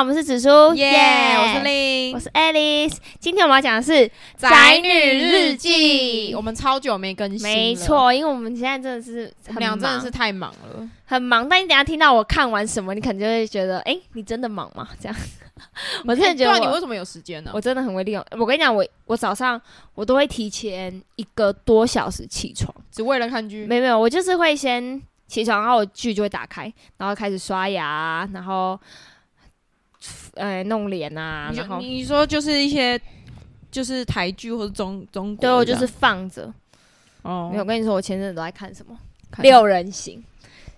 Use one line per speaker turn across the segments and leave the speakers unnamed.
我们是紫苏，
哦耶、我是
我
令，
是 Alice。今天我们要讲的是，宅女日记
我们超久没更新，
没，错，因为我们现在真的是
我们
很
俩
忙，
真的是太忙了。
很忙。但你等一下听到我看完什么，你可能就会觉得，哎、你真的忙吗？这样， 我真的觉
对啊，
得
你
我、
为什么有时间呢、
我真的很会利用。我跟你讲，我我早上我都会提前一个多小时起床。
只为了看剧？
没有没有，我就是会先起床，然后我剧就会打开，然后开始刷牙，然后呃弄脸啊，
你就
然后
你说就是一些就是台剧或者中中国这
对
样，
我就是放着。
哦
没有，我跟你说，我前阵子都在看什么《
看
六人行》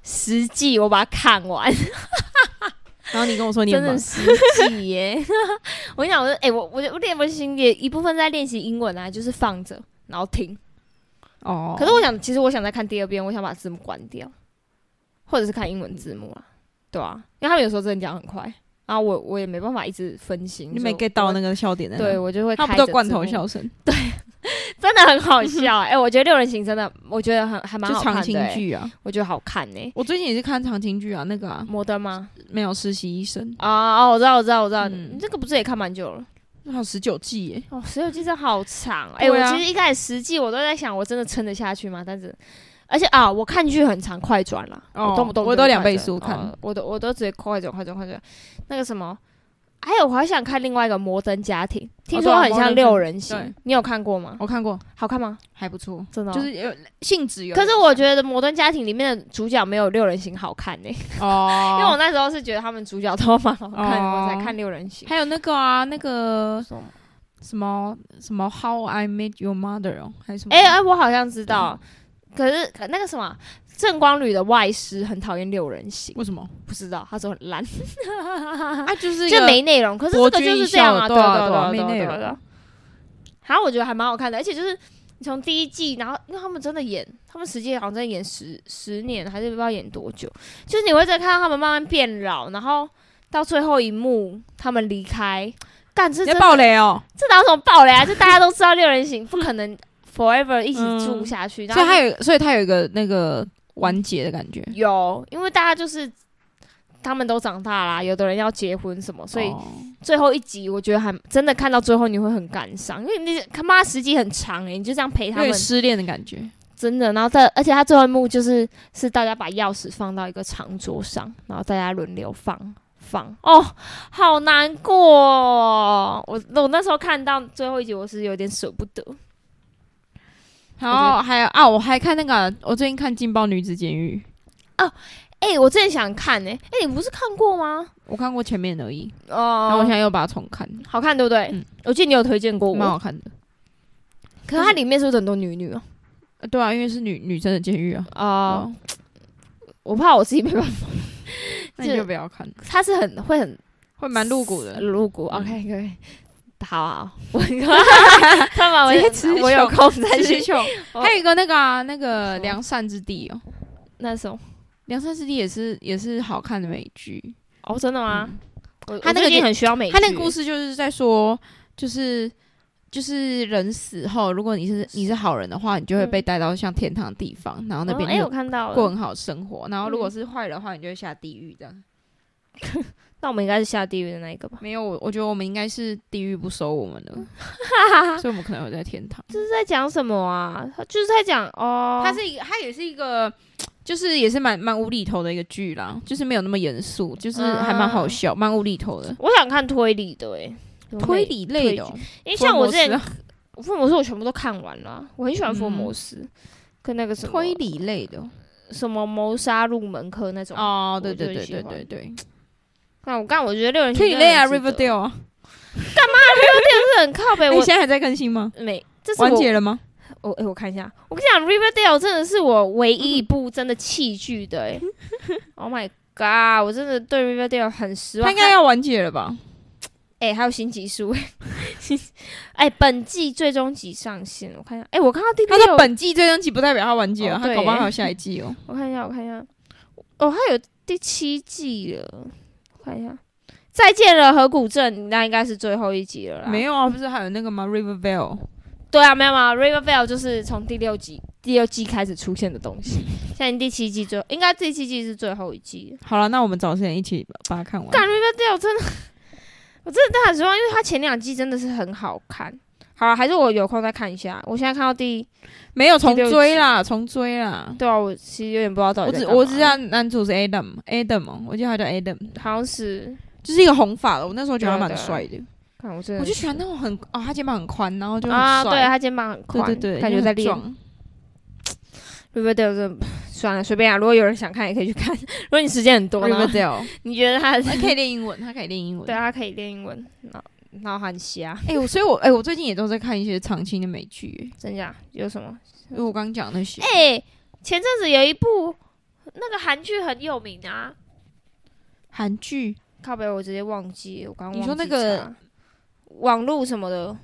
十季，我把它看完，
然后你跟我说你
真
很忙
的十季耶！ 我跟你讲，我说，哎、我我我练不行，也一部分在练习英文啊，就是放着然后听。
哦，
可是我想，其实我想再看第二遍，我想把字幕关掉，或者是看英文字幕啊，对啊，因为他们有时候真的讲很快，然后我我也没办法一直分心，
你没
所以
get 到
我
那个笑点在哪
对，我就会
他
开
不
着
叫罐
字
头
幕，
笑声，
真的很好笑哎、我觉得六人行真的，我觉得很还蛮
就
好
长
看
青
的、欸，
剧啊。
我觉得好看呢、欸。
我最近也是看长青剧啊，那个啊，
摩登吗？
没有实习医生，
啊哦，我知道，我知道，我知道，
嗯
这个不是也看蛮久了？
还有十九季耶，
哦，十六季真的好长哦哎、
对啊
我其实一开始十季我都在想，我真的撑得下去吗？但是，而且啊，我看剧很长，快转啦，
哦
我动不动
我
就
都
是
两
快
倍
转
速看
哦我都我都直接快转，快转，快转。那个什么，还有我还想看另外一个《摩登家庭》，听
对
说
啊
很
摩
像
登
六
家
人行，
对
你有看过吗？
我看过，
好看吗？
还不错，
真的哦、
就是有性质有点
可
像。
是我觉得《摩登家庭》里面的主角没有六人行好看呢、
哦，
因为我那时候是觉得他们主角都蛮好看的，我才
哦
看六人行。
还有那个啊，那个
什么
什么什么 How I Met Your Mother 哦，还是什么？
哎、哎、我好像知道，可是可那个什么郑光吕的外师很讨厌六人行，
为什么？
不知道他说很烂，
啊，就是一
就
个
没内容。可是这
博
个
君
就
一
是这样
笑
啊，
对
对
啊
对
对啊
对
没内
对
容
对。好，我觉得还蛮好看的，而且就是你从第一季，然后因为他们真的演，他们实际好像在演十十年，还是不知道演多久，就是你会再看到他们慢慢变老，然后到最后一幕他们离开，干这
你要
真的
爆雷哦，
这哪有什么暴雷啊？就大家都知道六人行不可 能 forever 一起住下去，然
嗯所
后
以它有，所以它有一个那个完结的感觉，
有，因为大家就是他们都长大啦，有的人要结婚什么，所以
哦
最后一集我觉得还真的看到最后你会很感伤，因为你他妈时机很长欸诶、你就这样陪他
有
们
点，失恋的感觉。
真的。然后在而且他最后一幕就是是大家把钥匙放到一个长桌上，然后大家轮流放。放哦，好难过、哦！我我那时候看到最后一集，我是有点舍不得。
然后还有啊，我还看那个，我最近看《劲爆女子监狱
哎、我之前想看呢、欸，哎、你不是看过吗？》，
我看过前面而已，然后
哦
我现，在又把它重看，
好看对不对？
嗯
我记得你有推荐过
蛮
我，
好看的。
可是它里面是不是很多女女哦、
呃对啊，因为是女女生的监狱啊，
啊？
哦，
我怕我自己没办法，
那你就不要看，
它是很会很
会蛮露骨的。
露骨。
嗯
OK OK，好啊，我 他把我
直接词
我有
穷
空再
词
去。
穷，
哦
还有一个那个啊，那个
什么
《良善之地》哦，
那时候
《良善之地》也是也是好看的美剧。
哦，真的吗？我
它那个
我最近
就
很需要美剧，
他那个故
事
事就是在说，就是就是人死嗯哦后，如果你是你是好人的话，你就会被带到像天堂的地方，然后那边
哎，
就
我看到
过
了，
很好的生活。然后如果是坏人的话，你就会下地狱这样。
那我们应该是下地狱的那一个吧？
没有，我我觉得我们应该是地狱不收我 们了，所以我们可能有在天堂。
这是在讲什么啊？他就是在讲哦，
它是一个，它也是一个。就是也是蛮蛮无厘头的一个剧啦，就是没有那么严肃，就是还蛮好笑，蛮无厘头的
我想看推理的哎，有美
推，理类的哦、
因为像我之前
福
《福
尔摩斯啊
尔摩斯》我全部都看完了啊，我很喜欢《福尔摩斯》跟那个什么
推理类的哦
什么谋杀入门课那种。
哦，对
我就
对
很
对
喜
对
欢
对对，
那我刚我觉得六人行
推理类啊
真的很值得
，Riverdale 啊，
是很靠北。
哎、
我
现在还在更新吗？
没，这是
完结
我
了吗？
我哎、我看一下，我跟你讲，《Riverdale》真的是我唯一一部真的弃剧的 哎、oh my god！我真的对《Riverdale》很失望。
他应该要完结了吧？
哎、还有新集数 哎，新哎、本季最终集上线，我看一下。哎、我看到第
他说
六，
本季最终集不代表他完结了，
哦
他
对
搞不好
耶
还有下一季哦。
我看一下，我看一下，哦，还有第七季了，我看一下。再见了，河谷镇，那应该是最后一集了啦。
没有啊，不是还有那个吗？Rivervale
对啊，没有吗？Rivervale 就是从第六集第六季开始出现的东 西，现在第七季最应该第七季是最后一季了。
好了，那我们找时间一起把把它看完。
干 Riverdale 真的我真的很失望，因为它前两季真的是很好看。好了，还是我有空再看一下。我现在看到第，
没有重
第六
追
集
啦，重追啦。
对啊，我其实有点不知道到
我
底在
只
干嘛
我只知道男主是 Adam，Adam，哦我记得他叫 Adam，
好像是，
就是一个红发的。我那时候觉得
对
他
啊
蛮
对啊
帅的，
看我真的，
我就喜欢那种很哦，他肩膀很宽，然后就很
啊，对，
帅。
他肩膀很宽，
对对对，
感觉
就
在
很
练。
壮。
Riverdale 真的 算了，随便啊。如果有人想看，也可以去看。 如果你时间很多呢，
Riverdale，
你觉得 他
他可以练英文，他可以练英文。
对他可以练英文，然后然后很瞎，
啊哎、我所以我，哎、我最近也都在看一些长青的美剧、
真假有什么？
因为我刚讲那些，
哎、前阵子有一部那个韩剧很有名啊，
韩剧
靠北我直接忘记，我刚忘记
你说那个
查网路什么的，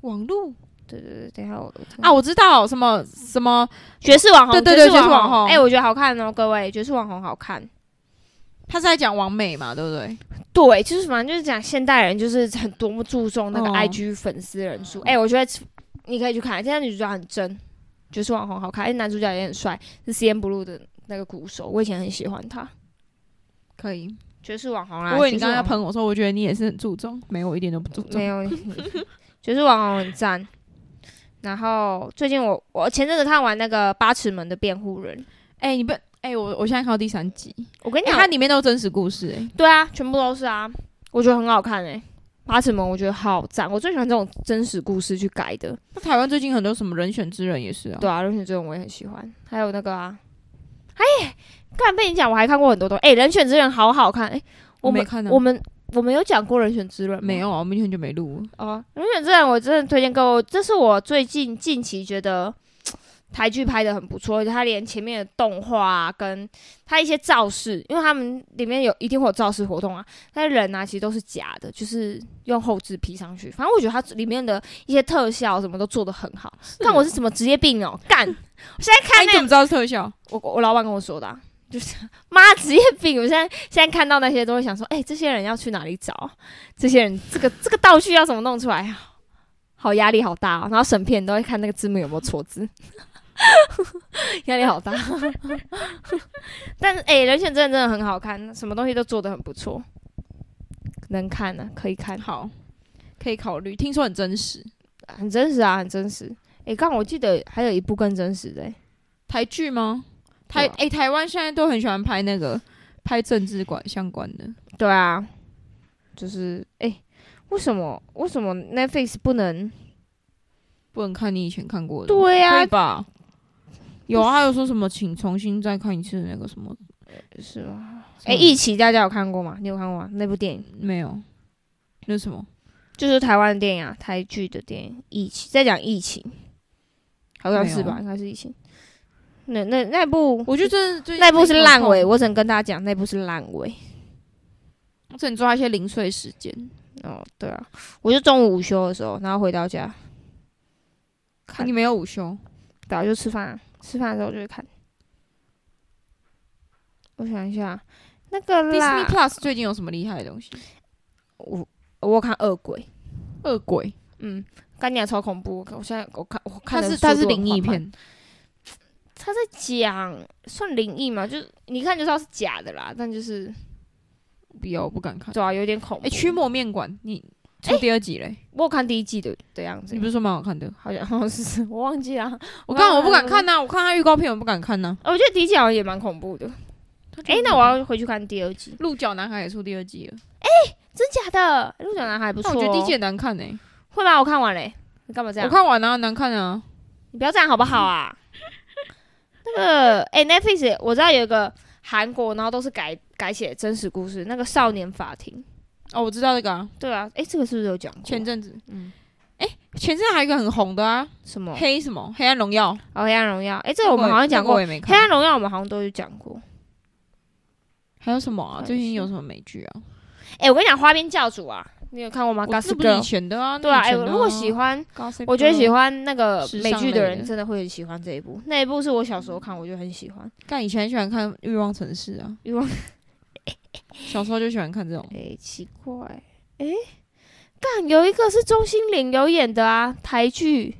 网络
对对对，等一下我
啊，，我知道什么什么，
绝世哦网红，
对对对
绝世
绝世网
网
红
哎、我觉得好看哦，各位，绝世网红好看。
他是在讲王美嘛，对不对？
对，就是反正就是讲现代人就是很多么注重那个
哦
IG 粉丝人数。哎、我觉得你可以去看，现在女主角很真，就是网红好看，哎、男主角也很帅，是 CN Blue 的那个鼓手，我以前很喜欢他，
可以。
爵士网红啦。
不过你
爵士
刚刚要
网红
喷啊我说，我觉得你也是很注重，没有，我一点都不注重。
没有， 爵士网红很赞。然后最近我我前阵子看完那个《八尺门的辩护人》，
哎、你不，哎、我我现在看到第三集，
我跟你
哎、
讲，
它里面都是真实故事、哎，
对啊，全部都是啊，我觉得很好看哎、八尺门我觉得好赞，我最喜欢这种真实故事去改的。
那台湾最近很多什么人选之人也是啊，
对啊，人选之人我也很喜欢，还有那个啊，哎，刚才被你讲，我还看过很多东西。哎，人选之人好好看，哎，
我
我
没
们
看呢、啊
我们我们有讲过人选之人吗
没有啊，我们很久没录了。
哦，人选之人我真的推荐各位，这是我最近近期觉得。台剧拍的很不错，而且它连前面的动画、啊、跟它一些造势，因为他们里面有一定会有造势活动啊，但是人啊其实都是假的，就是用后置 P 上去。反正我觉得它里面的一些特效什么都做得很好。看我是什么职业病哦，干！我现在
哎、
看
你
那
怎
个
么知道是特效？
我我老板跟我说的啊、就是 妈职业病。我现在现在看到那些都会想说，哎、这些人要去哪里找啊？这些人这个这个道具要怎么弄出来啊？好压力好大啊！然后审片都会看那个字幕有没有错字， 压力好大。 但是哎、人选真的真的很好看，什么东西都做得很不错，能看呢、可以看，啊
好，可以考虑，听说很真实。
很真实啊，很真实。哎、刚好我记得还有一部更真实的、欸，
台剧吗？台
对啊
诶，台湾现在都很喜欢拍那个拍政治管相关的，
对啊，就是哎、诶为什么为什么 Netflix 不能？
不能看你以前看过的。
对啊
可以吧？有啊，还有说什么请重新再看一次那个什么？
是吗？哎、
哎
一起大家有看过吗？你有看过吗？那部电影
没有，那什么？
就是台湾的电影啊，台剧的电影《一起》，在讲疫情，好像是吧？
没有啊
应该是疫情。那那那部，
我就真的最近
那部是烂尾，
我
我只能跟大家讲，那部是烂尾。
我只能抓一些零碎时间
哦，对啊，我就中午午休的时候，然后回到家
啊
看
你，没有午休，
对啊，就吃饭啊、吃饭的时候就会看。我想一下，那个啦
Disney Plus 最近有什么厉害的东西？
我我有看恶鬼，
恶鬼，
嗯，干娘超恐怖。我现在我看我看
它
的
是
速度
它是
很
灵异
缓慢，
片，
他在讲算灵异嘛，就是你看就知道是假的啦，但就是
不要，我不敢看。
对啊，有点恐怖。
哎，驱魔面馆，你出第二集嘞？
我有看第一季的的样子
你不，是说蛮好看的？
好像好像是我忘记了。
我刚我不敢
我
看呐，我看它预告片我不敢看呐。
呃我觉得第一季好像也蛮恐怖的。哎、那我要回去看第二季，
鹿角男孩也出第二季了，
真假的？鹿角男孩不错、
但
哦，
我觉得第一季很难看呢、
会吗？我看完嘞、你干嘛这样
我？看完啊，难看啊。
你不要这样好不好啊？ 那个哎、n e t f l i x 我知道有一个韩国，然后都是改改写真实故事，那个《少年法庭
哦，我知道这个啊，》。
对啊，哎、这个是不是有讲过？
前阵子，
嗯，
嗯哎、前阵子还有一个很红的啊，
什么？
黑什么黑暗荣耀，
哦，黑暗荣耀，哎、这个我们好像讲
那个
过
我，也没
黑
看。
暗荣耀我们好像都有讲过。
还有什么啊？最近有什么美剧啊？
哎、我跟你讲，花边教主啊，你有看过吗？
我这
Gossip
不是以
Girl。
前的啊，
对啊，哎、
哎、
如果喜，欢，我觉
觉
得
得
喜。欢那个
时
美
尚
剧
类
的
的
人，真的会很喜欢这一部。那一部是我小时候看，我就很喜欢。
但以前很喜欢看《欲望城市》啊，
欲望
小时候就喜欢看 这种。
哎、奇怪，哎、干有一个是钟欣凌有演的啊，台剧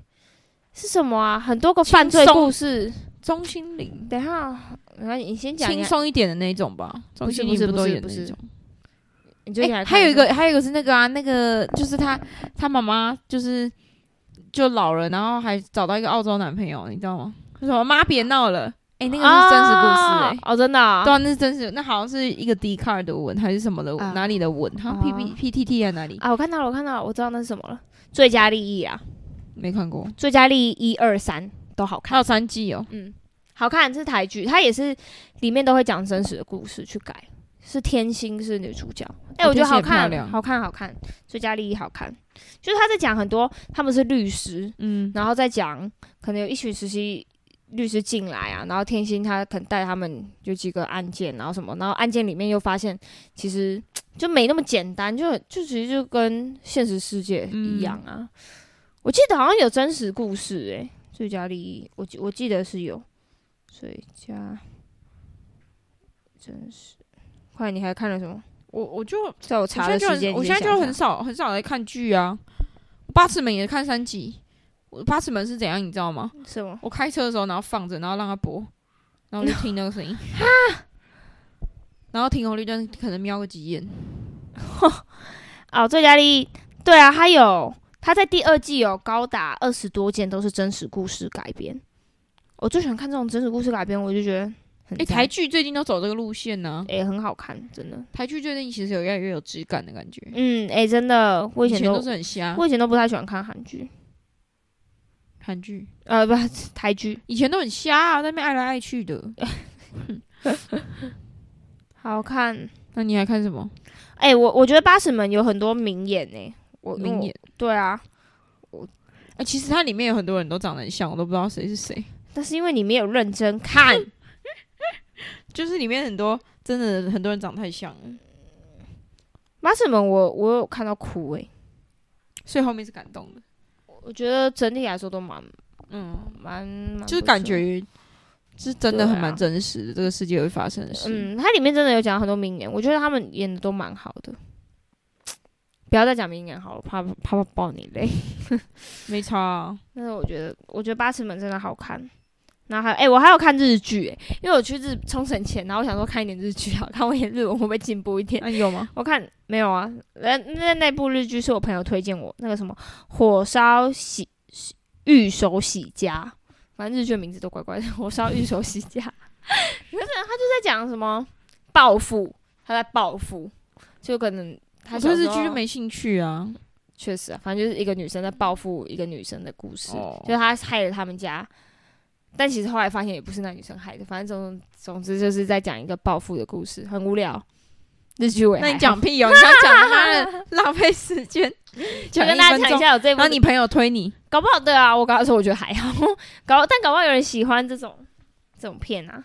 是什么啊？很多个犯罪
轻松
故事。
钟心凌，
等一啊下，然后你先讲一
轻
下。
松一点的那种吧。
不
钟
是
欣
不
凌
是
都
不是
演
不
那
是
种？
你最近
哎、
还看
还有一个，还有一个是那个啊，那个就是他他妈妈就是就老了，然后还找到一个澳洲男朋友，你知道吗？就什么妈别闹了，哎、那个是真实故事哎、
啊哦，真的啊
对啊，那是真实，那好像是一个 D card 的文还是什么的、
啊
哪里的文？好像 P P P T T 还是哪里？
啊，我看到了，我看到了，我知道那是什么了，最佳利益啊，
没看过，
最佳利益一二三都好
还
看，
有三季哦。
嗯，好看这是台剧，它也是里面都会讲真实的故事去改，是天心是女主角，哎、
哦
我觉得
天心
好
也漂
看，
亮
好看，好看，最佳利益好看，就是他在讲很多，他们是律师，
嗯，
然后再讲可能有一群实习律师进来啊，然后天心他可能带他们有几个案件，然后什么，然后案件里面又发现其实就没那么简单，就就其实就跟现实世界
嗯
一样啊。我记得好像有真实故事诶、最佳利益，我记我记得是有最佳真实。快，你还看了什么？
我我就我
在我查
现在
的
就
时间，
很我现在就很少很少来看剧啊。我八尺门也看三集，我八尺门是怎样你知道吗？
什么？
我开车的时候，然后放着，然后让它播，然后我就听那个声音，啊然后停红绿灯可能瞄个几眼。
哦，最佳利益，对啊，他有他在第二季有高达二十多件都是真实故事改编。我最喜欢看这种真实故事改编，我就觉得很
哎、
赞
台剧最近都走这个路线呢、
诶、很好看，真的。
台剧最近其实有越来越有质感的感觉。
嗯，诶、真的，我以前
前
都
都是很瞎
我以前都不太喜欢看韩剧，
韩剧，
呃，不 台剧。
以前都很瞎、啊，在那边爱来爱去的。
好看，
那你还看什么？
诶、我我觉得《八尺门》有很多名演呢、我
明眼。
我对啊，
哎、其实它里面有很多人都长得很像，我都不知道谁是谁。
但是因为你没有认真看，
就是里面很多真的很多人长得太像了，
八尺门》我我有看到哭诶、
所以后面是感动的。
我觉得整体来说都蛮
嗯，
蛮，蛮不
就是感
错
觉是真的
对啊
很蛮真实的，这个世界会发生的事。
嗯，它里面真的有讲很多名言，我觉得他们演的都蛮好的。不要再讲名言好了，怕怕怕爆你 雷。
没差、啊。
但是我觉得，我觉得《八尺门》真的好看。然后还哎、我还有看日剧哎、因为我去日冲绳前，然后我想说看一点日剧好了，看我演日文会不会进步一点。
那、你有吗？
我看没有啊，那那那部日剧是我朋友推荐我，那个什么火烧喜玉手洗家，反正日剧的名字都怪怪的， 火烧玉手洗家。可是他就在讲什么报复，他在报复，就哦可能他
我对
小
日
时候
剧就没兴趣啊。
确实啊，反正就是一个女生在报复一个女生的故事，
哦
就是她害了他们家，但其实后来发现也不是那女生害的，反正总总之就是在讲一个报复的故事，很无聊。日剧我也
那
还
你讲 屁哦！你刚讲他妈的浪费时间，
就
讲
跟
一
大家
分
讲一
钟。
下有这一部
然后你朋友推你，
搞不好对啊，我刚刚说我觉得还好，搞但搞不好有人喜欢这种这种片啊。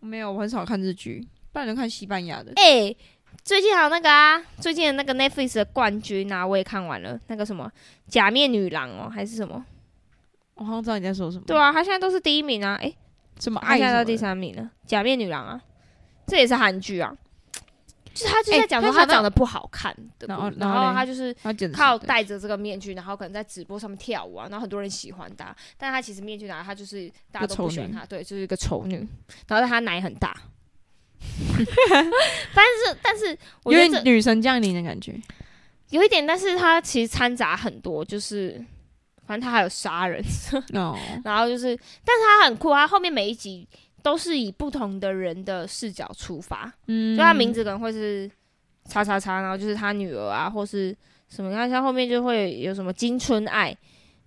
没有，我很少看日剧，不然就看西班牙的。
哎、最近还有那个啊，最近的那个 Netflix 的冠军啊，我也看完了，那个什么假面女郎哦，还是什么？
我好像知道你在说什么。
对，啊，她现在都是第一名啊，哎、
什么
她
爱
现在
什
到
么
第
的。
三名了，假面女郎啊，这也是韩剧啊，就是她就是在
哎
讲说
她
她
讲到
长得不好看的故
然后
事，
然
然
后
后
嘞
她就是
他简直
靠戴着这个面具，然后可能在直播上面跳舞啊，然后很多人喜欢她，但她其实面具拿，她就是大家都不喜欢她，对，就是一个丑女，然后她奶很大，但是但是我
有
觉得
点
这
女神降临的感 觉。
有一点，但是她其实掺杂很多，就是反正她还有杀人，
哦，
然后就是，但是她很酷，啊她后面每一集都是以不同的人的视角出发，
嗯，
就他名字可能会是叉叉叉，然后就是他女儿啊，或是什么，你看像后面就会有什么金春爱，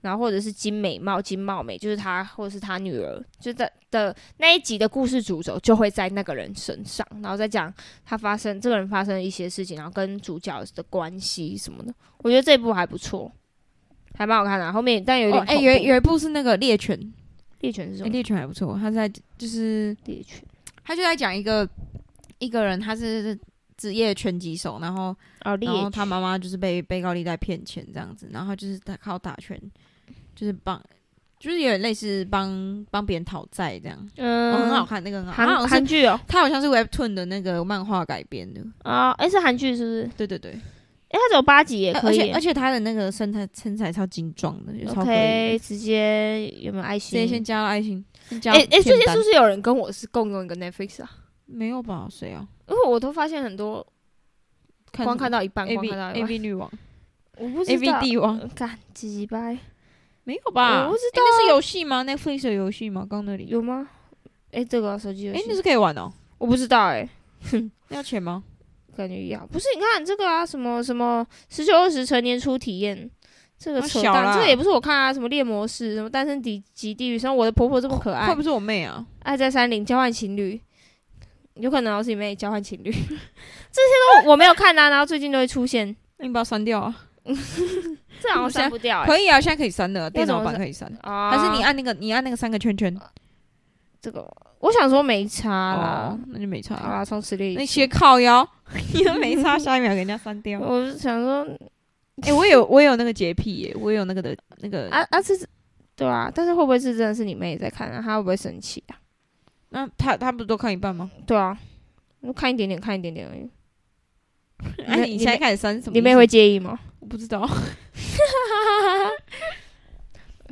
然后或者是金美貌、金貌美，就是他或者是他女儿，就是的的那一集的故事主轴就会在那个人身上，然后再讲他发生这个人发生一些事情，然后跟主角的关系什么的，我觉得这一部还不错。还蛮好看的、啊后面但有
哦
点，
哎、
恐怖
有有一部是那个猎犬，
猎犬是
哎、
什么？
猎犬还不错，他在就是
猎犬
他就在讲一个一个人，他是职业拳击手，然后
哦，猎
然后
犬
他妈妈就是被被高利贷骗钱这样子，然后他就是他靠打拳，就是帮。就是有点类似帮帮别人讨债这样，
嗯、
哦，很好看，那个很好看，他
韩
好像
韩
是
剧哦
他好像是 Webtoon 的那个漫画改编的，
啊，哎、是韩剧是不是？
对对对，
哎、它只有八集也
呃
可
而
以
且
耶
而且他的那个身材身材超精壮的，就超可以的
OK，直接有没有爱
直
心？
接先加了爱心，先加
哎哎，最
片
近
单
是不是有人跟我是共用一个 Netflix 啊？
没有吧？谁啊？
因为我都发现很多
看
光看到一半，
A
光
B
看到
A
一半，
B 女王
我不
A
知
B
道。
帝王
干鸡掰
没有吧？
我不知
诶
道啊
那是游戏吗？Netflix 有游戏吗？刚那里
有吗？哎、这个啊、手机游
哎，
戏，
那是可以玩哦，
我不知道哎、
那要钱吗？
感觉要不是你看这个啊，什么什么十九二十成年初体验，这个
啊
扯
小
淡，
啦
这个也不是我看啊，什么猎魔士，什么单身地及地狱，像我的婆婆这么可爱
会，不是我妹啊？
爱在山林交换情侣，有可能我是你妹交换情侣， 这些都我没有看啊，然后最近都会出现，
那你把它删掉啊？
这好像删不掉哎、
可以啊，现在可以删的，
怎么
电脑版可以删。
啊，
还是你按那个，你按那个三个圈圈。
这个，我想说没差啦
哦，，那就没差
好
了。
啦，从此立
那些靠腰，你都没差，下一秒给人家删掉。
我是想说
哎、我有我有那个洁癖耶、我有那个的那个，
啊啊是，对啊，但是会不会是真的是你妹在看啊？她会不会生气啊？
那他他不是都看一半吗？
对啊，我看一点点，看一点点而已。
那、你现在开始删什么意思？
你妹会介意吗？
我不知道，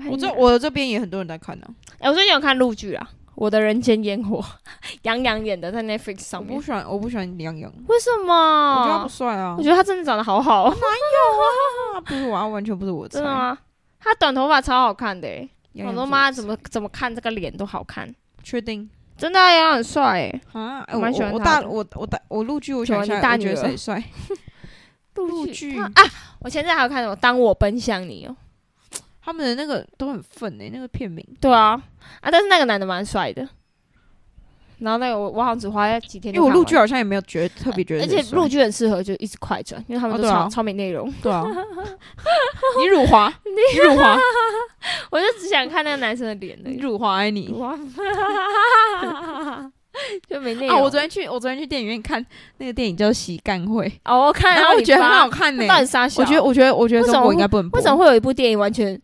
我这我这边也很多人在看啊呢、
哎、我最近有看陆剧啊，《我的人间烟火》， 杨洋演的，在 Netflix
我
上
不
面。
喜欢我不喜欢杨洋，
为什
我觉得他
么
不？帅啊
我，觉得他真的长得好好哦，
他不是我、啊，完全不是我的
真的
菜。
吗？他短头发超好看的、欸，
杨
我
洋
都
不是
妈
我的
怎么怎么看这个脸都好看，
菜确定
真的啊杨洋很帅哎、
啊？哎
我蛮喜欢
我
他
大
的
我我大我陆剧，我想一
什么
下，
你大
我
女
觉得
儿
谁帅？陆剧
他啊，我前阵还有看什么《当我奔向你》哦，
他们的那个都很愤
欸
哎、那个片名
对啊啊，但是那个男的蛮帅的。然后那个我我好啊像只花了几天
因
就
为我
看完，
陆剧好像也没有觉得特别觉得
而
谁
且
帅，
陆剧很适合就一直快转，因为他们
哦
都
对
超、
啊
超没内容。
对啊，你辱华，你辱华，
我就只想看那个男生的脸而
你
已。
辱华爱你。
哇，就没内容。
啊，我昨天去，我昨天去电影院看那个电影叫《喜干会》，
哦，我看，欸
然后我
你
觉得很
发
好，看呢、
那到底啥小？
我觉得，我觉得，我觉得
为什
中
么
国应该不能播。
为什么会有一部电影完全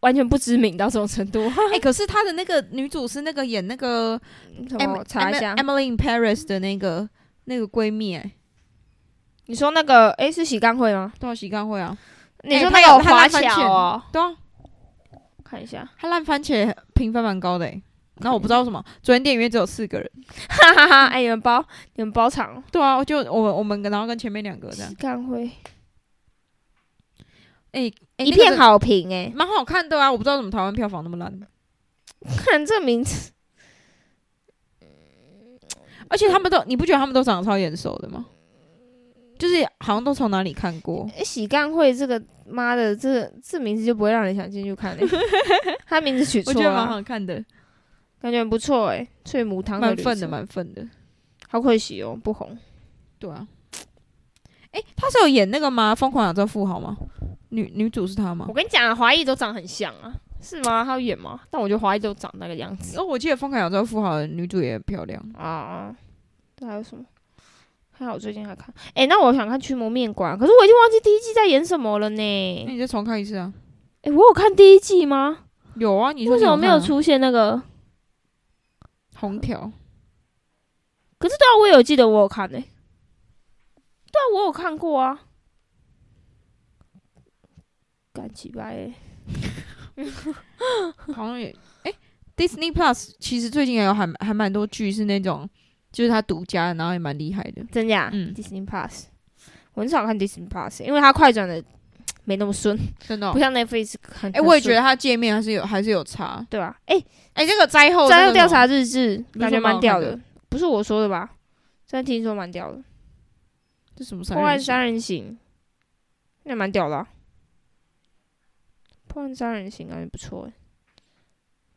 完全不知名到这种程度？
哎、可是他的那个女主是那个演那个
什
Em-
么？我查一
Em-
下。
Emily in Paris 的那个那个闺蜜、哎，
你说那个，诶，是喜干会吗？
对啊，喜干会啊，
你说
他
那
有
个
他
华
烂番
侨哦？
对啊，
看一下，
她烂番茄评分蛮高的、哎，然后我不知道为什么，昨天电影院只有四个人。
哈哈哈！哎，你们包，你们包场哦。
对啊，就我们我们然后跟前面两个这样
喜，干会
哎、哎
一
那个
片
是
好评，哎，
蛮好看的啊，我不知道怎么台湾票房那么烂。
看这名字，
而且他们都，你不觉得他们都长得超眼熟的吗？就是好像都从哪里看过。
诶喜干会这个妈的，这个这名字就不会让人想进去 看诶。他名字取
我
错
觉得
了
蛮
啊。
好看的，
感觉很不错哎、脆母汤
蛮
旅
粉的，
程
蛮粉的。
好可惜哦，不红。
对啊，哎、他是有演那个吗？《疯狂亚洲富豪》吗？女女主是他吗
我？跟你讲啊，华裔都长很像啊，是吗？他有演吗？但我觉得华裔都长那个样子
哦，我记得《疯狂亚洲富豪》的女主也很漂亮。
啊。这还有什么？还好我最近还看，哎、那我想看《驱魔面馆》，可是我已经忘记第一季在演什么了呢。
那、
哎、
你再重看一次啊？
我有看第一季吗？
有啊，你说
为
你
什么没有
看啊
出现那个？
红条？
可是对啊，我也有记得我有看呢、对啊，我有看过啊。干鸡巴哎！
好像也哎、Disney Plus 其实最近也有还还蛮多剧是那种，就是他独家的，然后也蛮厉害的。
真假？
嗯
Disney Plus，我很少看 Disney Plus，因为它快转的没那么顺，
真的、哦
不。像 Netflix 很。
哎、我也觉
得，
得它界面还是有还是有差。
对吧？哎、
哎、这个灾后
灾后
那
调
个什么
查日志
你
感
说
觉蛮
蛮好
屌
看的
的，不是我说的吧？真的听说蛮屌的，
这什么
《
三
破案
人行？
三人行》那蛮屌的、啊，《破案三人行》感觉不错、欸。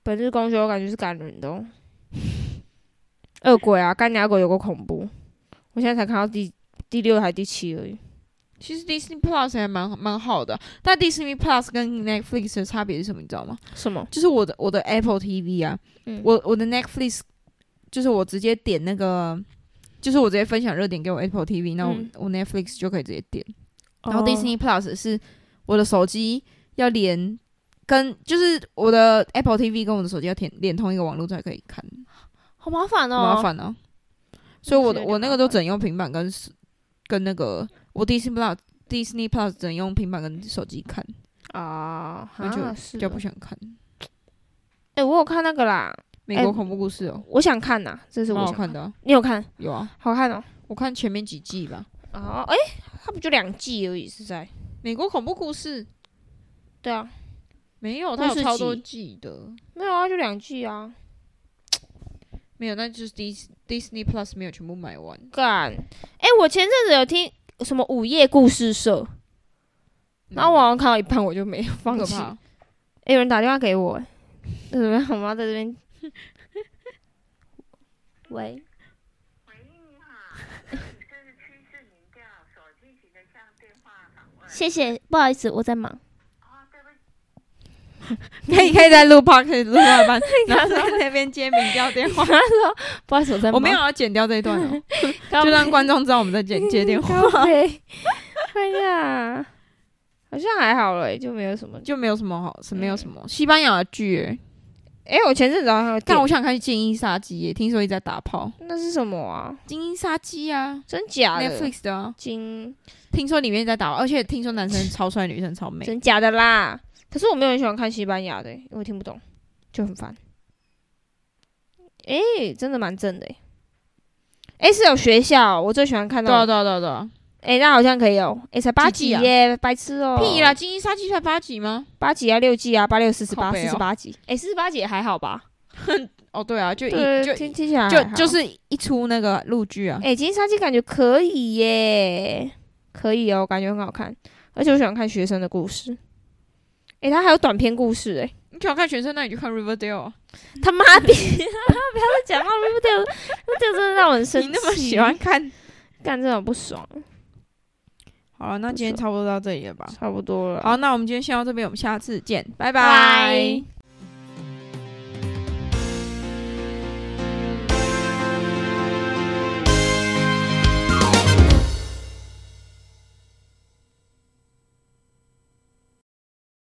本日公休感觉是感人的、哦。恶鬼啊，干牙鬼有个恐怖，我现在才看到第第六还第七而已。
其实 Disney Plus 还蛮蛮好的，但 Disney Plus 跟 Netflix 的差别是什么？你知道吗？
什么？
就是我的我的 Apple TV 啊，
嗯
我我的 Netflix 就是我直接点那个，就是我直接分享热点给我 Apple TV，那我、
嗯
我 Netflix 就可以直接点。然
哦
后 Disney Plus 是我的手机要连跟，就是我的 Apple TV 跟我的手机要连连通一个网络才可以看。
好麻烦哦，
麻烦啊。所以我的
有点
我那个
麻
都
烦
只能用平板跟手跟那个我 Disney Plus Disney Plus 只能用平板跟手机看，
啊，
我就是比较
哦
不想看
哎、我有看那个啦，
美国恐怖故事哦，
我想看哎呐，这是我
蛮好
想
看的啊，
你有看？
有啊，
好看哦。
我看前面几季吧。
哦，哎、它不就两季而已，是在
美国恐怖故事
对啊，
没有，
故
它有
事
超多
集
季的，
没有啊，就两季啊，
没有，那就是 Dis Disney Plus 没有全部买完。
干，哎、我前阵子有听什么午夜故事社，然后我好像看到一半我就没有
嗯
放
很
弃
可，怕，
欸有人打电话给我、欸，怎么样？我妈在这边。喂，
喂，你好，这是趋势民调所进行的向电话访问。
谢谢，不好意思，我在忙。
哦，对不起，
可以可以在录 p o d 录到一 半，然后在那边接民调电话。
不好意思，我在忙。
我没有要剪掉这一段 哦，
靠
就
背，
让观众知道我们在 剪接电话，
靠背。哎 呀，好像还好了、欸，就没有什么。
就没有什么好，是没有什么西班牙的剧欸。
哎、我前阵子好像有
但
点
我想看《金衣杀机》耶，听说一直在打炮，
那是什么啊？
《金衣杀机》啊
真假的
，Netflix 的啊，
金
听说里面一直在打炮，而且听说男生超帅，女生超美。
真假的啦。可是我没有很喜欢看西班牙的欸、因为我听不懂，就很烦。哎、真的蛮正的、欸。哎、是有学校，我最喜欢看
对
到。
啊，对啊，对啊，对啊，
哎、那好像可以哦、哎、才八集
几季啊
耶、白痴哦、
屁啦，《金衣杀机》才八集吗？
八集啊，六集啊，八六四十八，
靠
四
北哦
十八集。哎、四十八集也还好吧？
哦，对啊，就一
对，
就
听听起来还
就
好
就是一出那个陆剧啊，
哎、欸，金沙鸡感觉可以耶，可以哦，感觉很好看，而且我喜欢看学生的故事。哎、他还有短篇故事哎、
你想看全身，那你就看 Riverdale 啊。
他妈逼，不要再讲到 Riverdale，Riverdale 真的让我很生气。
你那么喜欢看？
干这种不爽，
好了，那今天差不多到这里了吧？
差不多了。
好，那我们今天先到这边，我们下次见，拜
拜
拜。